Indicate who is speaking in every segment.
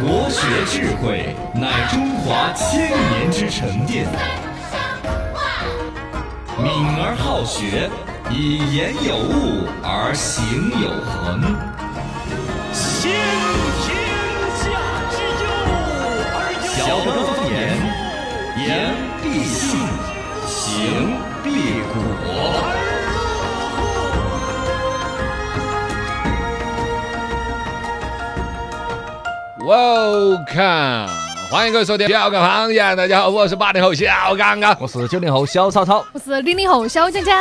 Speaker 1: 国学智慧乃中华千年之沉淀，敏而好学，以言有物而行有恒。
Speaker 2: 先天下之忧而
Speaker 1: 小
Speaker 2: 忧
Speaker 1: 德方言，言必信，行必果。
Speaker 3: Welcome，欢迎各位收听《笑个方言》。大家好，我是八零后小刚啊刚，
Speaker 4: 我是九零后小曹操，
Speaker 5: 我是零零后小江江，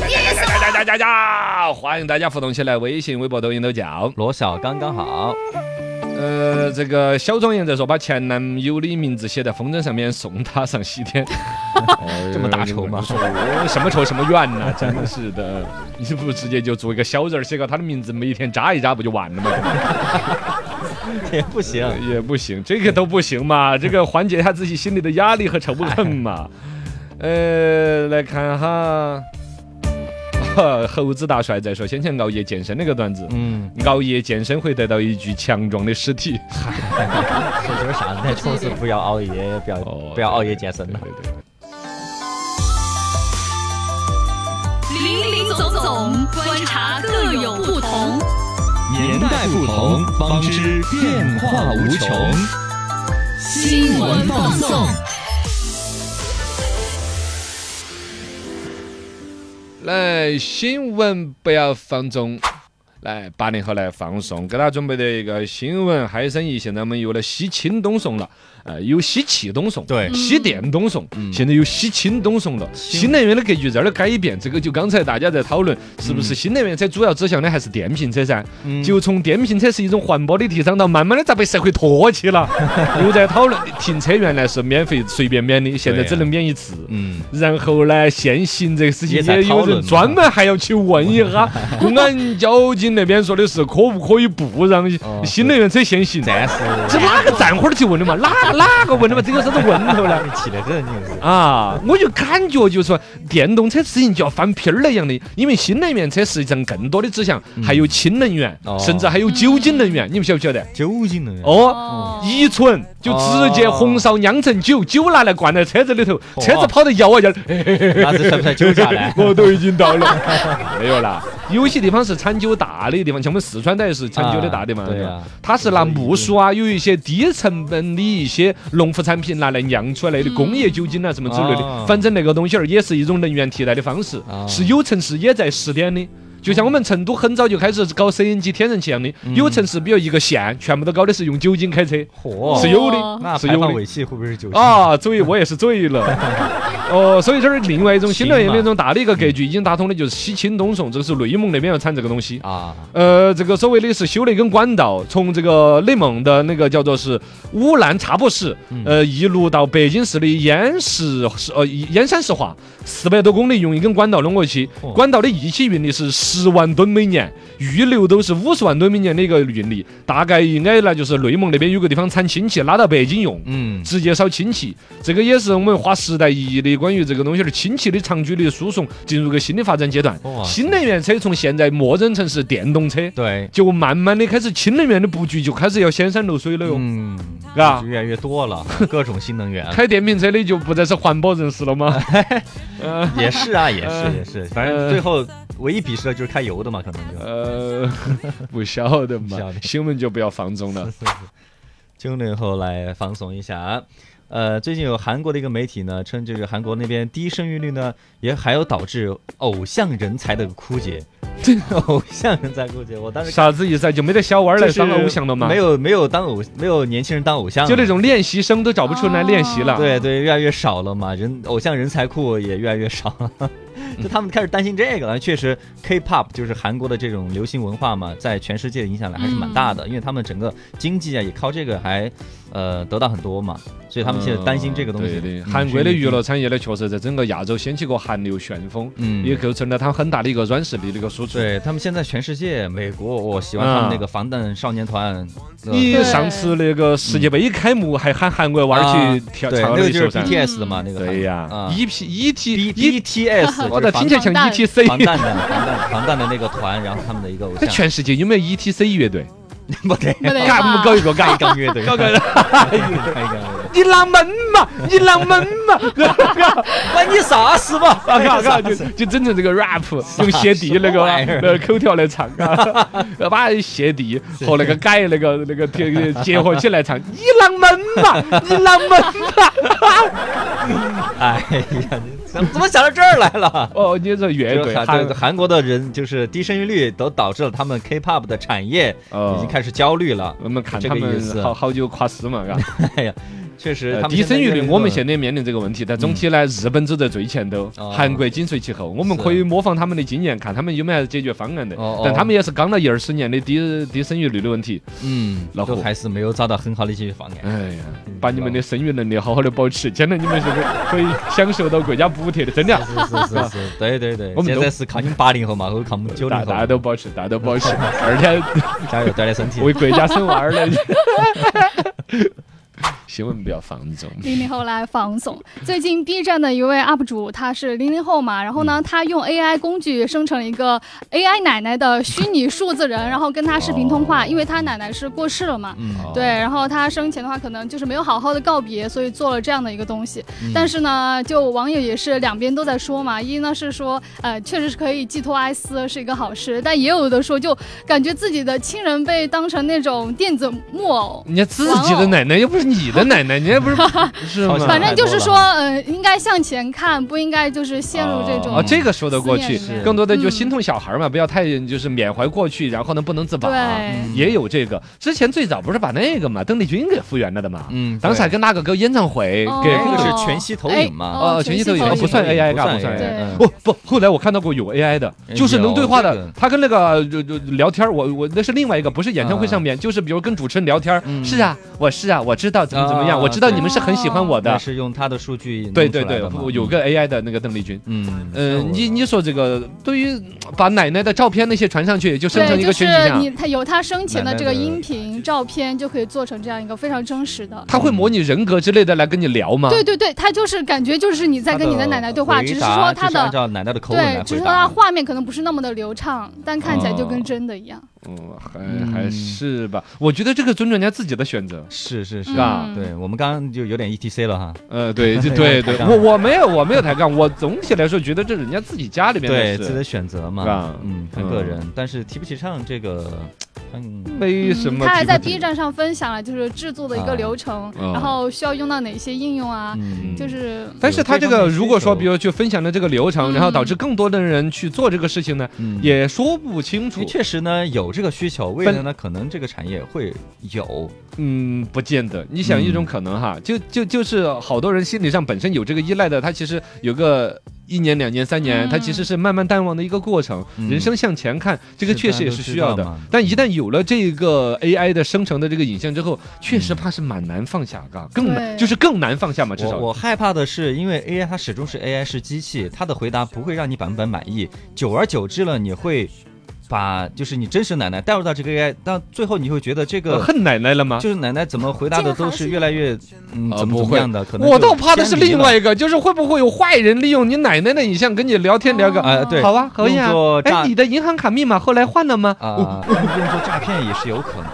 Speaker 3: 大家大家大家，欢迎大家互动起来，微信、微博、抖音都叫。
Speaker 4: 罗小刚刚好，
Speaker 3: 呃，这个小庄严在说，把前男友的名字写在风筝上面，送他上西 天。
Speaker 4: 这么大仇吗？
Speaker 3: 哦什么仇什么怨呐、真的是的，你是不是直接就做一个小人儿，写个他的名字，每一天扎一扎不就完了吗？
Speaker 4: 也不行，
Speaker 3: 也不行，这个都不行嘛，这个缓解一下自己心里的压力和仇恨嘛。呃，来看哈，呵猴子大帅在说先前熬夜健身那个段子，
Speaker 4: 嗯，
Speaker 3: 熬夜健身会得到一具强壮的尸体。
Speaker 4: 这就是啥子呢？从此不要熬夜，不要
Speaker 3: 哦
Speaker 4: 不要熬夜健身
Speaker 3: 对
Speaker 4: 了。
Speaker 3: 对对，
Speaker 6: 林林总总，观察各有不同。
Speaker 1: 年代不同，方知变化无穷。
Speaker 6: 新闻放送，
Speaker 3: 来新闻不要放纵。来，八零后来放松，给大家准备的一个新闻嗨生意。现在我们有了西青东送了，呃，有西气东送，
Speaker 4: 对嗯
Speaker 3: 西电东送，现在有西氢东送了。新能源的格局在那儿改变，这个就刚才大家在讨论，是不
Speaker 4: 嗯
Speaker 3: 是新能源车主要指向的还是电瓶车噻？就从电瓶车是一种环保的提倡，到慢慢的咋被社会唾弃了，又在讨论停车原来是免费随便免的，现在
Speaker 4: 对呀
Speaker 3: 只能免一次。
Speaker 4: 嗯，
Speaker 3: 然后呢，限行这个事情
Speaker 4: 也在
Speaker 3: 也有
Speaker 4: 讨论
Speaker 3: 人
Speaker 4: 嘛
Speaker 3: 专门还要去问一 下公安交警那边说的是可不可以不让
Speaker 4: 哦
Speaker 3: 新能源车限行？
Speaker 4: 暂时
Speaker 3: 这哪个站会儿去问的嘛？哪个哪个问的嘛？这有啥子问头 呢？
Speaker 4: 气得很，你是
Speaker 3: 啊，我就感觉就是说，电动车事情就要翻篇儿了一样的，因为新能源车实际上更多的指向还有氢能源，
Speaker 4: 嗯哦嗯
Speaker 3: 甚至还有酒精能源，你们晓不晓得？
Speaker 4: 酒精啊能源，
Speaker 3: 哦。
Speaker 5: 哦，
Speaker 3: 乙醇就直接
Speaker 4: 哦
Speaker 3: 红烧酿成酒，酒拿来灌在车子里头，车子跑得摇啊摇，？
Speaker 4: 那是算不算酒驾呢
Speaker 3: 我都已经到了，没有啦。有些地方是产酒大的地方，像我们四川它也是产酒的大的嘛。
Speaker 4: 啊对
Speaker 3: 吧
Speaker 4: 呀，
Speaker 3: 它是拿木薯啊，有一些低成本的一些农副产品拿来酿出来的工业酒精啊什么之类的
Speaker 4: 啊。
Speaker 3: 反正那个东西儿也是一种能源替代的方式
Speaker 4: 啊，
Speaker 3: 是有城市也在试点的。就像我们成都很早就开始搞 CNG 天然气一样的，
Speaker 4: 嗯
Speaker 3: 有城市比如一个县全部都搞的是用酒精开车，
Speaker 4: 嚯，
Speaker 3: 是有的
Speaker 5: 哦，
Speaker 4: 那
Speaker 3: 是
Speaker 4: 排
Speaker 3: 有
Speaker 4: 放
Speaker 3: 的。
Speaker 4: 尾气会不会是酒精？
Speaker 3: 啊，醉我也是醉了。哦，所以这是另外一种新能源的
Speaker 4: 行吧
Speaker 3: 那种大的一个格局已经打通的，就是西青东送，这个是内蒙那边要产这个东西。
Speaker 4: 啊，
Speaker 3: 呃，这个所谓的是修了一根管道，从这个内蒙的那个叫做是乌兰察布市，呃，一路到北京市的燕市市呃燕山石化，四百多公里用一根管道弄过去
Speaker 4: 哦，
Speaker 3: 管道的一起运力是十万吨每年，预留都是五十万吨每年的一个运力，大概应该呢就是内蒙那边有个地方产氢气，拉到北京用。
Speaker 4: 嗯，
Speaker 3: 直接烧氢气，这个也是我们划时代意义的关于这个东西儿氢气的长距离输送进入个新的发展阶段
Speaker 4: 哇。
Speaker 3: 新能源车从现在默认成是电动车，
Speaker 4: 对，
Speaker 3: 就慢慢的开始新能源的布局就开始要显山露水了哟，
Speaker 4: 嗯，啊
Speaker 3: 嘎
Speaker 4: 就。越来越多了，各种新能源。
Speaker 3: 开电瓶车的就不再是环保人士了吗？呃
Speaker 4: 也是啊，也
Speaker 3: 呃
Speaker 4: 是也是，反正最后唯一鄙视的就是开油的嘛，可能就
Speaker 3: 呃， 不晓得嘛
Speaker 4: 不晓，得
Speaker 3: 新闻就不要放纵 了。
Speaker 4: 九零后来放松一下啊。呃，最近有韩国的一个媒体呢，称这个韩国那边低生育率呢，也还有导致偶像人才的 枯竭。这个偶像人才枯竭，我当时
Speaker 3: 啥子意思啊？就没得小娃儿来
Speaker 4: 就是
Speaker 3: 当偶像了吗？
Speaker 4: 没，有没有当偶没有年轻人当偶像了，
Speaker 3: 就那种练习生都找不出来练习了。
Speaker 4: 啊对对，越来越少了嘛，人偶像人才库也越来越少 了，就他们开始担心这个了。确实，K-pop 就是韩国的这种流行文化嘛，在全世界的影响力还是蛮大的，因为他们整个经济啊也靠这个还呃得到很多嘛，所以他们现在担心这个东西。
Speaker 3: 嗯对的，
Speaker 4: 嗯
Speaker 3: 韩国的娱乐，产业呢，确实在整个亚洲掀起过韩流旋风，
Speaker 4: 嗯
Speaker 3: 也构成了它很大的一个软实力的一个输出。
Speaker 4: 对他们现在全世界，美国，我喜欢他们那个防弹少年团，呃
Speaker 3: 你
Speaker 5: 对
Speaker 3: 上次那个世界杯开幕还喊韩国娃儿去跳
Speaker 4: 啊对，
Speaker 3: 跳
Speaker 4: 那
Speaker 3: 了
Speaker 4: 个
Speaker 3: 一
Speaker 4: 就是
Speaker 3: 首噻？
Speaker 4: BTS 的嘛，那个韩
Speaker 3: 对呀
Speaker 4: 啊
Speaker 3: ，E P E T
Speaker 4: B
Speaker 3: E，
Speaker 4: BTS，
Speaker 3: 我的
Speaker 4: 就是防
Speaker 3: 听起来像
Speaker 5: 防
Speaker 3: E
Speaker 5: 弹
Speaker 3: T
Speaker 4: 防
Speaker 3: C。
Speaker 4: 弹的防弹防弹的那个团，然后他们的一个偶
Speaker 3: 在
Speaker 4: 像。
Speaker 3: 全世界有没有 E T C 乐队？
Speaker 4: 没得，
Speaker 5: 没得
Speaker 3: 干不搞一个
Speaker 4: 搞
Speaker 3: 干
Speaker 4: 一，杠 乐队，
Speaker 3: 搞 个，
Speaker 4: 搞一杠乐
Speaker 3: 你浪门嘛，你浪门嘛，
Speaker 4: 队，关你啥事嘛？
Speaker 3: 啊，嘎嘎，就就整成这个 rap，用谢帝那个那个口条来 唱啊，要把谢帝和那个改那个那个结结合起 来唱，你浪门嘛， 你浪门嘛。
Speaker 4: 哎呀，怎么怎么想到这儿来了？
Speaker 3: 哦，你说乐
Speaker 4: 就是
Speaker 3: 队
Speaker 4: 韩对韩国的人就是低生育率，都导致了他们 K-pop 的产业
Speaker 3: 哦嗯
Speaker 4: 已经开始焦虑了。
Speaker 3: 我们看
Speaker 4: 这
Speaker 3: 他
Speaker 4: 个意
Speaker 3: 们
Speaker 4: 思
Speaker 3: 好好久垮死嘛，嘎。
Speaker 4: 哎呀，确实
Speaker 3: 呃
Speaker 4: 他们
Speaker 3: 低生育率，我们现
Speaker 4: 在
Speaker 3: 在面临这个问题，但总体呢，日本走在最前头
Speaker 4: 嗯哦，
Speaker 3: 韩国紧随其后。我们可以模仿他们的经验，看他们有没有解决方案的
Speaker 4: 哦哦。
Speaker 3: 但他们也是刚了一二十年的低低生育率的问题。
Speaker 4: 嗯，
Speaker 3: 老
Speaker 4: 都
Speaker 3: 虎
Speaker 4: 还是没有找到很好的解决方 案。
Speaker 3: 哎呀，把你们的生育能力好好的保持，将来你们是可以可以享受到国家补贴的，真的。
Speaker 4: 是是是，对对对，
Speaker 3: 我们
Speaker 4: 现
Speaker 3: 都
Speaker 4: 在是靠你们八零后嘛，后靠我们九零
Speaker 3: 大
Speaker 4: 后，
Speaker 3: 大家都保持，大家都保 持，而且
Speaker 4: 加油锻炼身体。
Speaker 3: 为国家生娃儿 了。新闻不要放纵。
Speaker 5: 零零后来放送。最近 B 站的一位 UP 主，他是零零后嘛，然后呢，他用 AI 工具生成了一个 AI 奶奶的虚拟数字人，然后跟他视频通话，因为他奶奶是过世了嘛。
Speaker 4: 嗯，
Speaker 5: 对，然后他生前的话，可能就是没有好好的告别，所以做了这样的一个东西。但是呢，就网友也是两边都在说嘛，一呢是说，呃，确实是可以寄托哀思，是一个好事，但也有的说，就感觉自己的亲人被当成那种电子木偶，
Speaker 3: 人家自己的奶奶又不是你的奶奶，人家 不是是
Speaker 4: 好
Speaker 3: 吗
Speaker 4: 像？
Speaker 5: 反正就是说，
Speaker 4: 太
Speaker 5: 呃，应该向前看，不应该就是陷入这种。
Speaker 3: 啊，这个说得过去
Speaker 5: 思念里，面
Speaker 3: 更多的就
Speaker 5: 嗯
Speaker 3: 心痛小孩嘛，不要太就是缅怀过去，然后呢不能自拔。
Speaker 5: 对，
Speaker 3: 也有这个，之前最早不是把那个嘛，邓丽君给复原了的嘛，
Speaker 4: 嗯
Speaker 3: 当时还跟那个搞演唱会，
Speaker 5: 哦
Speaker 3: 给
Speaker 4: 那个是全息投影嘛
Speaker 5: 哎
Speaker 3: 哦
Speaker 5: 哦，
Speaker 3: 全息
Speaker 5: 息
Speaker 3: 投影
Speaker 5: 影
Speaker 3: 不算 AI 嘎
Speaker 4: 不
Speaker 3: 不算
Speaker 5: AI
Speaker 4: 嗯
Speaker 3: 不不，后来我看到过有 AI 的，就是能对话
Speaker 4: 哎有这
Speaker 3: 的
Speaker 4: 个，
Speaker 3: 他跟那个就就聊天儿，我我那是另外一个，不是演唱
Speaker 4: 啊
Speaker 3: 会上面，就是比如跟主持人聊天儿，是啊，我是啊，我知道怎么怎么样，
Speaker 4: 嗯啊
Speaker 3: 我知道你们是很喜欢我
Speaker 4: 那
Speaker 3: 的，
Speaker 4: 是用它的数据弄
Speaker 3: 对对
Speaker 4: 出来
Speaker 3: 对
Speaker 4: 的嘛，
Speaker 3: 有个 AI 的那个邓丽君。
Speaker 4: 嗯
Speaker 3: 呃，你你说这个对于把奶奶的照片那些传上去，就生成
Speaker 5: 对，
Speaker 3: 一
Speaker 5: 就
Speaker 3: 个虚
Speaker 5: 是
Speaker 3: 拟像
Speaker 5: 你，他有他生前的这个
Speaker 4: 奶奶的
Speaker 5: 音频、照片，就可以做成这样一个非常真实的。
Speaker 3: 他会模拟人格之类的来跟你聊吗？
Speaker 5: 对对对，他就是感觉就是你在跟你的奶奶对话，只是说他
Speaker 4: 他按
Speaker 5: 的
Speaker 4: 照奶奶的口吻来回
Speaker 5: 对，
Speaker 4: 答，
Speaker 5: 只是说他画面可能不是那么的流畅，但看起来就
Speaker 3: 哦
Speaker 5: 跟真的一样。
Speaker 3: 嗯，还还是吧，我觉得这个尊重人家自己的选择。
Speaker 4: 是是是
Speaker 3: 是吧
Speaker 5: 嗯
Speaker 4: 对我们刚刚就有点 E T C 了哈，
Speaker 3: 呃， 对，就对对，我我没有我没有抬杠，我总体来说觉得这人家自己家里面
Speaker 4: 对
Speaker 3: 的
Speaker 4: 自己的
Speaker 3: 事，
Speaker 4: 选择
Speaker 3: 是
Speaker 4: 嘛
Speaker 3: 吧，
Speaker 4: 嗯，看个人，但是提不提倡这个，嗯，
Speaker 3: 没什
Speaker 5: 嗯
Speaker 3: 么提不起。
Speaker 5: 他还在 B 站上分享了就是制作的一个流程，
Speaker 3: 啊嗯
Speaker 5: 然后需要用到哪些应用啊，
Speaker 4: 嗯
Speaker 5: 就是
Speaker 3: 但是他这
Speaker 4: 有这
Speaker 3: 个
Speaker 4: 方面
Speaker 3: 如果说，
Speaker 4: 需求
Speaker 3: 比如去分享了这个流程，
Speaker 5: 嗯
Speaker 3: 然后导致更多的人去做这个事情呢，
Speaker 4: 嗯
Speaker 3: 也说不清
Speaker 4: 因
Speaker 3: 楚
Speaker 4: 为。确实呢有这个需求，未来呢可能这个产业会有，
Speaker 3: 嗯，不见得。你想一种可能哈，就就就是好多人心理上本身有这个依赖的，他其实有个一年、两年、三年，
Speaker 5: 嗯
Speaker 3: 他其实是慢慢淡忘的一个过程。
Speaker 4: 嗯
Speaker 3: 人生向前看，这个
Speaker 4: 是
Speaker 3: 确实也
Speaker 4: 大
Speaker 3: 是
Speaker 4: 家都
Speaker 3: 需要
Speaker 4: 知
Speaker 3: 的
Speaker 4: 道嘛。
Speaker 3: 但一旦有了这个 AI 的生成的这个影像之后，确实怕是蛮难放下，嘎，更难
Speaker 5: 对
Speaker 3: 就是更难放下嘛，啊至
Speaker 4: 我
Speaker 3: 少
Speaker 4: 我害怕的是，因为 AI 它始终是 AI 是机器，它的回答不会让你百分百满意，久而久之了，你会把就是你真实奶奶带入到这个 AI，到最后你会觉得这
Speaker 3: 呃
Speaker 4: 个。
Speaker 3: 恨奶奶了吗？
Speaker 4: 就是奶奶怎么回答的都是越来越，嗯，
Speaker 3: 啊不
Speaker 4: 怎么怎么
Speaker 3: 会
Speaker 4: 样的，可能
Speaker 3: 我
Speaker 4: 就
Speaker 3: 倒怕的是
Speaker 4: 偏离
Speaker 3: 另
Speaker 4: 了
Speaker 3: 外一个，就是会不会有坏人利用你奶奶的影像跟你聊天聊个
Speaker 5: 哦
Speaker 4: 啊，对，
Speaker 3: 好啊，可以啊
Speaker 4: 用作。诈
Speaker 3: 哎，你的银行卡密码后来换了吗？
Speaker 4: 啊，用作诈骗也是有可能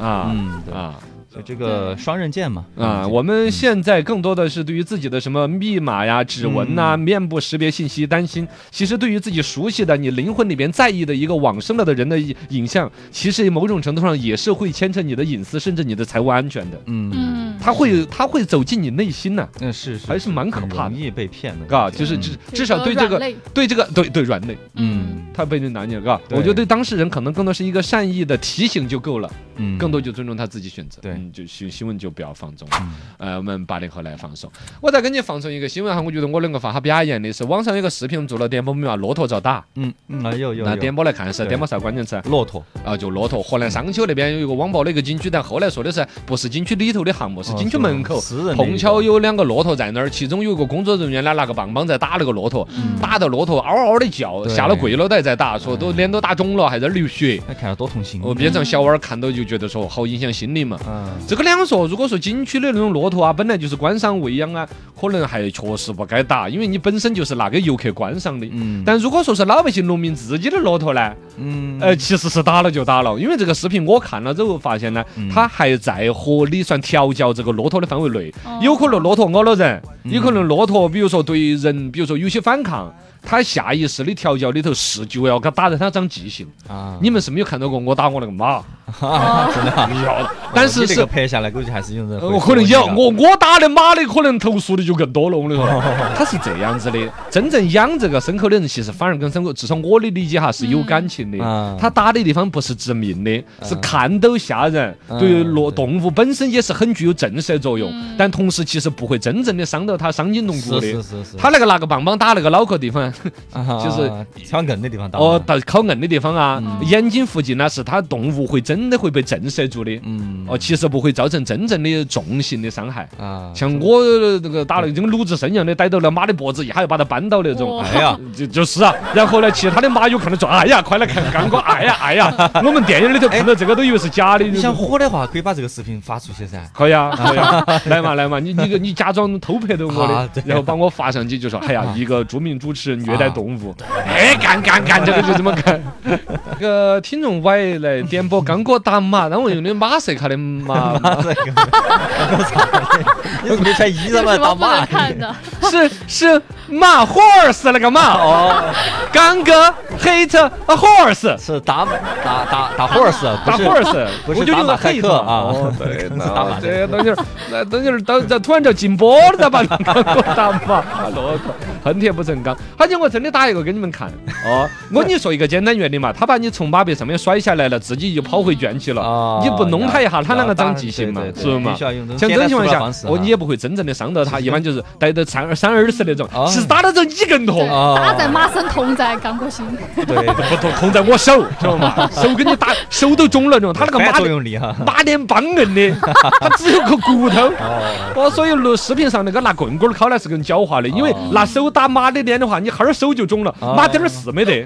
Speaker 4: 的，
Speaker 3: 啊
Speaker 4: 嗯，对，
Speaker 3: 啊
Speaker 4: 所以这个双刃剑嘛，
Speaker 3: 啊！我们现在更多的是对于自己的什么密码呀、指纹呐、面部识别信息担心。其实对于自己熟悉的、你灵魂里边在意的一个往生了的人的影像，其实某种程度上也是会牵扯你的隐私，甚至你的财务安全的。
Speaker 4: 嗯，
Speaker 5: 嗯，
Speaker 3: 他会他会走进你内心呐、
Speaker 4: 那是是
Speaker 3: 还是蛮可
Speaker 4: 很
Speaker 3: 怕
Speaker 4: 容
Speaker 3: 的
Speaker 4: 易被骗的，
Speaker 3: 嘎，就是
Speaker 4: 嗯
Speaker 3: 至至少对这
Speaker 5: 软
Speaker 3: 个
Speaker 5: 肋
Speaker 3: 对这个对对软肋。
Speaker 4: 嗯
Speaker 3: 他被人拿捏了，嘎，
Speaker 4: 对
Speaker 3: 我觉得对当事人可能更多是一个善意的提醒就够了，
Speaker 4: 嗯，
Speaker 3: 更多就尊重他自己选择。
Speaker 4: 对嗯
Speaker 3: 嗯就新新闻就不要放纵了。呃，我们八零后来放松。我再给你放松一个新闻哈，我觉得我能够发哈表演的是，网上有个视频我们做了点播，我们要骆驼遭打，
Speaker 4: 嗯嗯，啊，有有
Speaker 3: 拿
Speaker 4: 有
Speaker 3: 点播来看是
Speaker 4: 对
Speaker 3: 点播啥关键词啊？
Speaker 4: 骆驼，
Speaker 3: 啊，就骆驼。河南商丘那边有一个网曝的一个景区，但后来说的是不是景区里头的项目，是
Speaker 4: 哦
Speaker 3: 景区
Speaker 4: 是
Speaker 3: 门口
Speaker 4: 私人的那
Speaker 3: 碰巧
Speaker 4: 种
Speaker 3: 有两个骆驼在那儿，其中有一个工作人员呢拿个棒棒在打那个骆驼，打到骆驼嗷嗷的叫，
Speaker 4: 嗯对
Speaker 3: 下了跪了都还在打，说都脸都打肿了，还在流血。
Speaker 4: 那看着多痛心，
Speaker 3: 哦我边上小娃儿看到就就觉得说好影响心理嘛。
Speaker 4: 嗯，
Speaker 3: 这个两说，如果说景区的那种骆驼啊，本来就是观赏喂养啊，可能还确实不该打，因为你本身就是拿给游客观赏的。
Speaker 4: 嗯
Speaker 3: 但如果说是老百姓农民自己的骆驼呢，
Speaker 4: 嗯，
Speaker 3: 呃，其实是打了就打了，因为这个视频我看了之后发现呢，
Speaker 4: 嗯
Speaker 3: 它还在合理算调教这个骆驼的范围内，
Speaker 5: 哦
Speaker 3: 有可能骆驼咬了人，
Speaker 4: 嗯
Speaker 3: 有可能骆驼比如说对人，比如说有些反抗，它下意识的调教里头是就要给打得它长记性。
Speaker 4: 啊，
Speaker 3: 呃你们是没有看到过我打我那个马， 真的， 你要的，但是
Speaker 4: 你这
Speaker 3: 是
Speaker 4: 个。拍下来，估计还是有人
Speaker 3: 呃
Speaker 4: 会
Speaker 3: 我可能有
Speaker 4: 说这个
Speaker 3: 我我打的马的可能投诉的就更多了。我跟你 说，它是这样子的，真正养这个牲口的人，其实反而跟牲口，至少我的理解哈是有感情的
Speaker 4: 嗯。
Speaker 3: 他打的地方不是致命的，是看都吓人，对于
Speaker 4: 嗯
Speaker 3: 骆动物本身也是很具有震慑作用，但同时其实不会真正的伤到它伤筋动骨
Speaker 4: 是是
Speaker 3: 的。
Speaker 4: 是是，
Speaker 3: 他那个拿个棒棒打那个脑壳地方，
Speaker 4: 啊
Speaker 3: 就是
Speaker 4: 枪梗的地方打
Speaker 3: 哦，
Speaker 4: 的
Speaker 3: 到烤硬的地方啊，眼睛附近呢是它动物会真的会被震慑住的。
Speaker 4: 嗯
Speaker 3: 哦，其实不会造成真正的重型的伤害。
Speaker 4: 啊，
Speaker 3: 像我那个打了跟鲁智深一样的，逮到了马的脖子，一下又把它扳倒那种。
Speaker 5: 哇
Speaker 4: 哎呀，
Speaker 3: 就就是啊，然后呢，其他的马友看到说，哎呀，快来看刚哥，哎呀，哎 呀，我们电影里头看到这个都以为是假的。
Speaker 4: 你想火的话，可以把这个视频发出 去噻。
Speaker 3: 可以啊，可以啊，来嘛来嘛，你你你假装偷拍到我
Speaker 4: 啊
Speaker 3: 的
Speaker 4: 对，啊
Speaker 3: 然后把我发上去，就说，哎呀，一个著名主持人虐待动物，哎，干干干，这个就这么干。 那个听众 Y 来点播刚哥打马，然后用的马赛克的马，
Speaker 4: 你怎么没穿衣裳
Speaker 5: 有
Speaker 4: 嘛？
Speaker 5: 什么
Speaker 4: 打
Speaker 5: 不能
Speaker 4: 骂
Speaker 5: 看 的？
Speaker 3: 是是马 horse 那个马哦，刚哥 hit a horse。
Speaker 4: 是打打打打 horse，不
Speaker 3: 打
Speaker 4: 是
Speaker 3: horse，
Speaker 4: 不是
Speaker 3: 我就
Speaker 4: 打
Speaker 3: 用
Speaker 4: 马
Speaker 3: 个
Speaker 4: 赛
Speaker 3: hit
Speaker 4: 克啊
Speaker 3: 哦对，
Speaker 4: 是 打马
Speaker 3: 那
Speaker 4: 赛克
Speaker 3: 这东西儿，那东西儿，等这突然就进波了，咋把人给我打马骆 驼， 恨铁不成钢。好像我真的打一个给你们看哦，我跟你说一个简单原理嘛，他把你从马背上面甩下来了，自己就跑回圈起
Speaker 4: 哦
Speaker 3: 了，你不弄他一下，他哪
Speaker 4: 要
Speaker 3: 个长
Speaker 4: 打
Speaker 3: 记性嘛
Speaker 4: 对，对对
Speaker 3: 是不嘛
Speaker 4: 必须要用这？种
Speaker 3: 像这种情况下
Speaker 4: 简单粗暴的方式，
Speaker 3: 哦，
Speaker 4: 啊
Speaker 3: 你也不会真正的伤到 他，一般就是逮到三二三二十那种
Speaker 4: 哦，
Speaker 3: 其实打到这一更
Speaker 5: 对
Speaker 3: 痛，
Speaker 5: 打在马身，痛在钢骨心。
Speaker 4: 对，
Speaker 3: 不痛，痛在我手，知道 吗？手给你打，手都肿了那种， 他那个马
Speaker 4: 反
Speaker 3: 的
Speaker 4: 作用力啊哈。
Speaker 3: 马脸梆硬 的，它只有个骨头。哦，所以录视频上那个拿棍棍儿敲呢是更狡猾的，因为
Speaker 4: 哦
Speaker 3: 拿手打马的脸的话，你哈儿手就肿了，
Speaker 4: 哦
Speaker 3: 马点儿事没 得。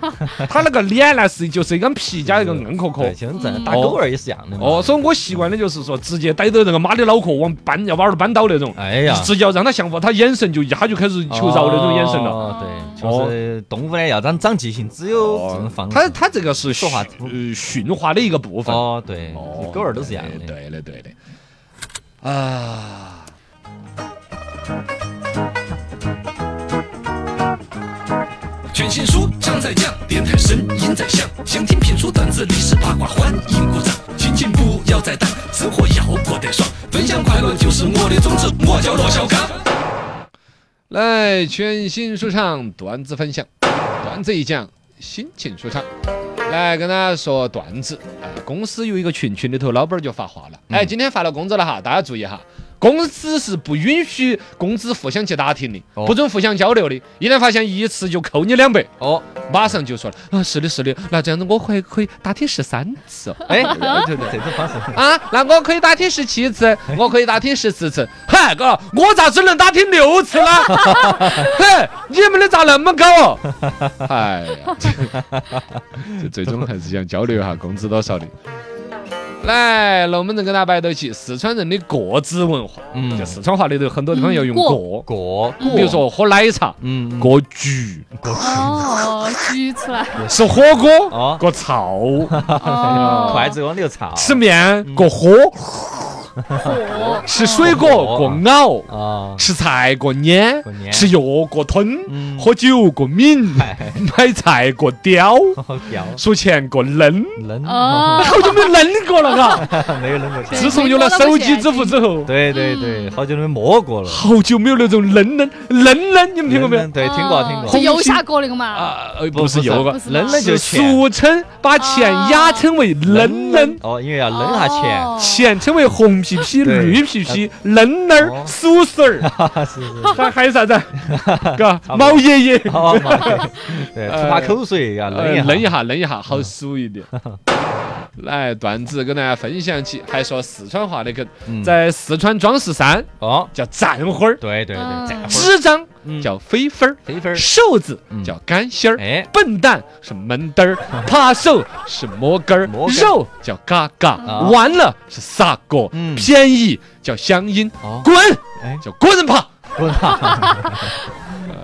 Speaker 3: 它那个脸呢是就是一张皮加一个硬壳壳。
Speaker 4: 对，其实
Speaker 5: 嗯
Speaker 4: 咱打狗儿也是一样的嘛。
Speaker 3: 哦，所以我习惯的就是说，直接逮到那个马的脑壳往扳，要把耳扳倒那种，
Speaker 4: 哎呀，
Speaker 3: 直接要让它降服，它眼神就一下就开始求饶那种眼神了。
Speaker 4: 哦，对，就是动物呢要长长记性，只有这
Speaker 3: 哦
Speaker 4: 种方式。
Speaker 3: 它它这个是
Speaker 4: 哦说话
Speaker 3: 驯呃驯化的一个部分。
Speaker 4: 哦，对，狗儿都是一样的。
Speaker 3: 对的，对的。啊，
Speaker 1: 全新书trang在酱，电台声音在响，想听评书、段子、历史八卦，欢迎鼓掌。心情不要再淡，生活要过得爽，分享快乐就是我的宗旨。我叫罗小刚。
Speaker 3: 来，全新说唱段子分享，段子一讲，心情舒畅。来跟大家说段子，哎，公司有一个群，群里头老板儿就发话了，
Speaker 4: 嗯
Speaker 3: 哎，今天发了工资了哈，大家注意哈。公司是不允许工资互相去打听的，
Speaker 4: 哦
Speaker 3: 不准互相交流的。一旦发现一次就扣你两百，
Speaker 4: 哦，
Speaker 3: 马上就说了啊，是的，是的，那这样子我还可以打听十三次哦。
Speaker 4: 哎，对对对，这种方式。
Speaker 3: 啊，那我可以打听十七 次，我可以打听十四次。嗨，哥，我咋只能打听六次呢？ 嘿，你们的咋那么高哦？哎呀，这最终还是想交流一下工资多少的。来，龙门阵跟大家摆到一起，四川人的过子文化，
Speaker 4: 嗯
Speaker 3: 就四川话里头很多地方要用
Speaker 5: 嗯过
Speaker 3: 过，
Speaker 4: 果果，
Speaker 3: 比如，说喝奶茶，
Speaker 4: 嗯，
Speaker 3: 过橘，
Speaker 5: 哦，举出来。
Speaker 3: 吃火锅
Speaker 4: 哦，
Speaker 3: 过炒，
Speaker 5: 哦，
Speaker 4: 筷子往里头插。
Speaker 3: 吃
Speaker 4: 嗯
Speaker 3: 面过喝，
Speaker 5: 火。
Speaker 3: 吃水果过咬。
Speaker 4: 啊，
Speaker 3: 吃菜过捏
Speaker 4: 过捏，
Speaker 3: 吃药过吞，
Speaker 4: 嗯
Speaker 3: 喝酒过抿，
Speaker 4: 哎，
Speaker 3: 买菜过叼，
Speaker 4: 好屌，
Speaker 3: 数钱过 扔。
Speaker 4: 扔，
Speaker 5: 哦，
Speaker 3: 好久没扔过了，嘎！
Speaker 4: 没有扔过钱。
Speaker 3: 自从有了手机支付之后，
Speaker 4: 对对
Speaker 5: 嗯
Speaker 4: 对，好久没摸过了。
Speaker 3: 好久没有那种扔扔扔扔，你们听过没有？
Speaker 4: 对，听过听
Speaker 5: 是
Speaker 4: 过。
Speaker 5: 油下锅那个嘛？
Speaker 3: 啊，呃不是有
Speaker 5: 不
Speaker 3: 个
Speaker 5: 是，
Speaker 4: 扔了就
Speaker 3: 就是
Speaker 4: 钱，啊
Speaker 3: 俗称把钱雅称为扔扔。
Speaker 4: 哦，因为要扔下钱。
Speaker 5: 哦
Speaker 3: 钱称为红皮皮、
Speaker 4: 对
Speaker 3: 绿皮皮、扔扔儿
Speaker 4: 哦、
Speaker 3: 叔叔儿，
Speaker 4: 是是
Speaker 3: 还还有啥 子？啊嘎，
Speaker 4: 不多
Speaker 3: 毛爷爷。
Speaker 4: 好哦嘛，对，对，吐把口水啊，
Speaker 3: 呃
Speaker 4: 扔一
Speaker 3: 扔一
Speaker 4: 下。嗯
Speaker 3: 下，扔一下，好熟一点。来段子跟大家分享起，还说四川话的梗，
Speaker 4: 嗯
Speaker 3: 在四川装饰山
Speaker 4: 哦，
Speaker 3: 叫蘸花儿，
Speaker 4: 对对
Speaker 5: 嗯
Speaker 4: 对，这
Speaker 3: 智障
Speaker 4: 嗯
Speaker 3: 叫飞分儿，
Speaker 4: 肥分儿
Speaker 3: 瘦子
Speaker 4: 嗯
Speaker 3: 叫干心儿，
Speaker 4: 哎
Speaker 3: 笨蛋是闷 墩儿，扒手是摸根儿
Speaker 4: 摸，根儿
Speaker 3: 肉叫嘎嘎
Speaker 4: 啊，
Speaker 3: 完了是撒狗
Speaker 4: 嗯，
Speaker 3: 便宜叫乡音
Speaker 4: 哦，
Speaker 3: 滚
Speaker 4: 哎
Speaker 3: 叫滚人爬。
Speaker 4: 滚吧，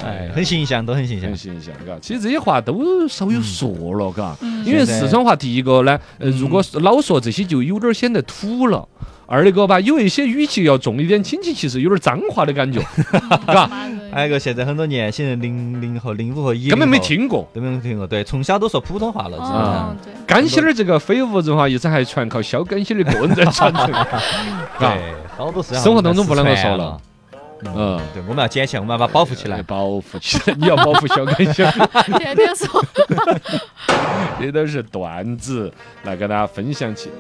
Speaker 4: 哎，很形象，都很形象
Speaker 3: 很。形象，嘎。其实这些话都稍
Speaker 4: 嗯
Speaker 3: 有说了，嘎。
Speaker 5: 嗯
Speaker 3: 因为
Speaker 4: 现在
Speaker 3: 四川话，第一个呢，呃，如果是老说这些，就有点儿显得土了。二一个吧，有一些语气要重一点，亲戚其实有点儿脏话的感 觉，嘎，
Speaker 5: 嗯
Speaker 4: 还有一哎个现在很多年轻人零零后、零五后、一
Speaker 3: 根本没，听过。
Speaker 4: 根本没听过。对，从小都说普通话了，基本
Speaker 5: 哦
Speaker 3: 啊
Speaker 4: 上。，
Speaker 5: 对，
Speaker 3: 甘心儿这个非物质文化遗产还全靠小甘心儿的个人在传承， 嘎。
Speaker 4: 对，好多事
Speaker 3: 啊生活当中不啷个说
Speaker 4: 了
Speaker 3: 了。嗯，
Speaker 4: 对，我们要捡起来，我们要把它保护起来。
Speaker 3: 保护起来，你要保护小甘心儿。
Speaker 5: 天天说。
Speaker 3: 这都是段子来给大家分享起。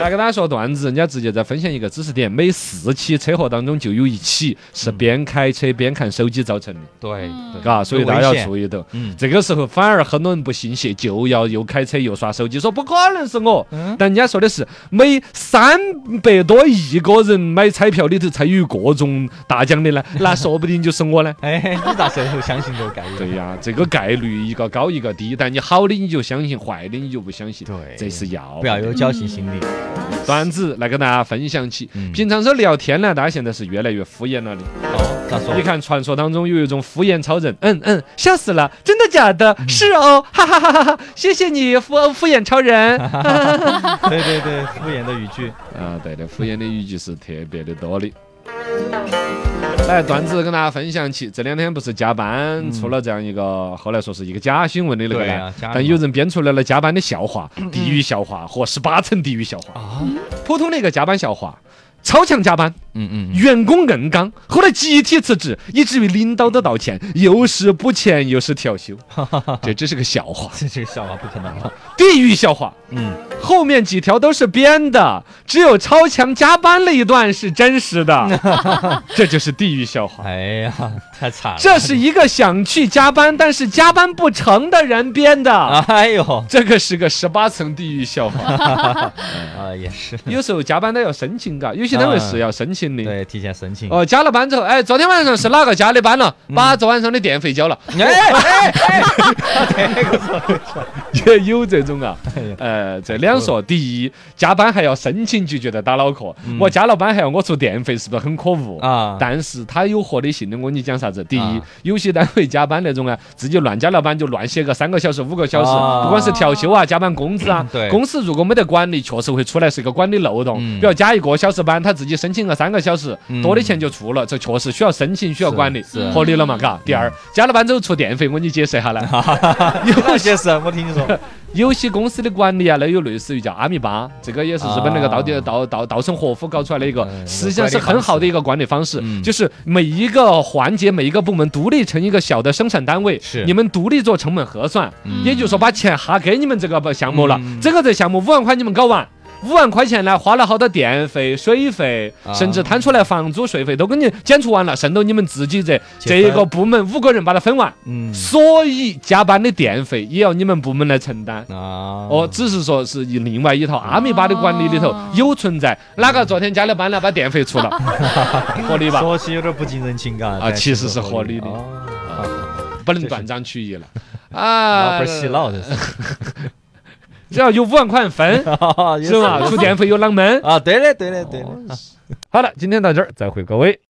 Speaker 3: 来给大家说段子，人家直接再分享一个知识点，每四起车祸当中就有一起是边开车边看手机造成的，
Speaker 4: 对，对
Speaker 3: 嘎，啊所以大家
Speaker 4: 危
Speaker 3: 要
Speaker 4: 险
Speaker 3: 注意到。
Speaker 4: 嗯，
Speaker 3: 这个时候反而很多人不信邪，就要又开车又刷手机，说不可能是我。
Speaker 4: 嗯。
Speaker 3: 但人家说的是每三百多亿个人买彩票里头才有一个中大奖的呢，那说不定就是我呢
Speaker 4: 哎，你咋时候相信这个概
Speaker 3: 对
Speaker 4: 念？
Speaker 3: 呀、这个概率一个高一个低，但你好的你就相信，坏的你就不相信。
Speaker 4: 对
Speaker 3: 这是要
Speaker 4: 不要有侥幸心理。
Speaker 3: 段子来跟大家分享起
Speaker 4: 嗯。
Speaker 3: 平常说聊天呢，大家现在是越来越敷衍了的。
Speaker 4: 哦，咋说
Speaker 3: 你？看传说当中有一种敷衍超人，嗯嗯，笑死了，真的假的？是哦，哈哈哈哈哈！谢谢你敷敷衍超 人。
Speaker 4: 对对对，敷衍的语句。
Speaker 3: 啊，对的，敷衍的语句是特别的多的。来，段子跟大家分享起。这两天不是加班出了这样一个，后来说是一个假新闻的那个
Speaker 4: 对
Speaker 3: 呢
Speaker 4: 啊，假的
Speaker 3: 但有人编出来了加班的笑话，地狱笑话和十八层地狱笑话。
Speaker 4: 啊，
Speaker 3: 普通的一个加班笑话，超强加班，
Speaker 4: 嗯嗯，
Speaker 3: 员工硬刚，后来集体辞职，以至于领导都道歉，又是补钱又是调 休，这只是个笑话，
Speaker 4: 这这个笑话不可能了。
Speaker 3: 地狱笑话。
Speaker 4: 嗯，
Speaker 3: 后面几条都是编的，只有超强加班那一段是真实的， 这就是地狱笑话。
Speaker 4: 哎呀，太惨了。
Speaker 3: 这是一个想去加班但是加班不成的人编 的，
Speaker 4: 哎呦，
Speaker 3: 这个是个十八层地狱笑 话。
Speaker 4: 啊，也是，
Speaker 3: 有时候加班都要申请嘎，有些单位是要申请的。
Speaker 4: 对，提前申请。
Speaker 3: 哦，加了班之后，哎，昨天晚上是哪个加的班了？
Speaker 4: 嗯
Speaker 3: 把昨晚上的电费交了，
Speaker 4: 哎哎，
Speaker 3: 也有这种啊
Speaker 4: 哎呀。
Speaker 3: 呃，这两说，第一，加班还要申请就觉得打脑壳，我加了班还要我出电费，是不是很可恶
Speaker 4: 嗯啊
Speaker 3: 但是他有合理性的，我跟你讲啥子？第一
Speaker 4: 啊，
Speaker 3: 有些单位加班那种啊，自己乱加了班就乱写个三个小时、五个小时，
Speaker 4: 啊，
Speaker 3: 不管是调休啊、加班工资啊
Speaker 4: 对
Speaker 3: 公司如果没得管理，确实会出来是一个管理漏洞。
Speaker 4: 嗯
Speaker 3: 比如加一个小时班，他自己申请个三个小时
Speaker 4: 嗯，
Speaker 3: 多的钱就出了，这确实需要申请，需要
Speaker 4: 是
Speaker 3: 管理
Speaker 4: 是，嗯
Speaker 3: 合理了嘛？嘎。第二，加了班之后出电费，我给你解释一下来。
Speaker 4: 有些事我听你说。
Speaker 3: 有些公司的管理啊，那有类似于叫阿米巴，这个也是日本那个稻
Speaker 4: 啊
Speaker 3: 田稻稻稻盛和夫搞出来的一个
Speaker 4: 嗯，
Speaker 3: 实际上是很好的一个管理方式
Speaker 4: 嗯，
Speaker 3: 就是每一个环节、每一个部门独立成一个小的生产单位
Speaker 4: 是，
Speaker 3: 你们独立做成本核算，也就是说把钱哈给你们这个项目了
Speaker 4: 嗯，
Speaker 3: 这个这项目五万块你们搞完。五万块钱呢，花了好多电费、水费
Speaker 4: 啊，
Speaker 3: 甚至摊出来房租、税费都给你减除完了，剩到你们自己这这一个部门五个人把它分完，
Speaker 4: 嗯
Speaker 3: 所以加班的电费也要你们部门来承担。
Speaker 4: 啊，
Speaker 3: 哦，只是说是以另外一
Speaker 4: 哦
Speaker 3: 套阿米巴的管理里头
Speaker 5: 哦
Speaker 3: 有存在，
Speaker 4: 嗯
Speaker 3: 哪个昨天加了班了，把电费 出了，合理吧？
Speaker 4: 说起有点不近人情感
Speaker 3: 啊其实是合理的不能断章取义了啊
Speaker 4: 哦老！本洗脑这是
Speaker 3: 只要有五万块分，
Speaker 4: 啊也啊
Speaker 3: 是吧？出电费有啷门。
Speaker 4: 啊，对的对的对的。
Speaker 3: 好了，今天到这儿，再会各位。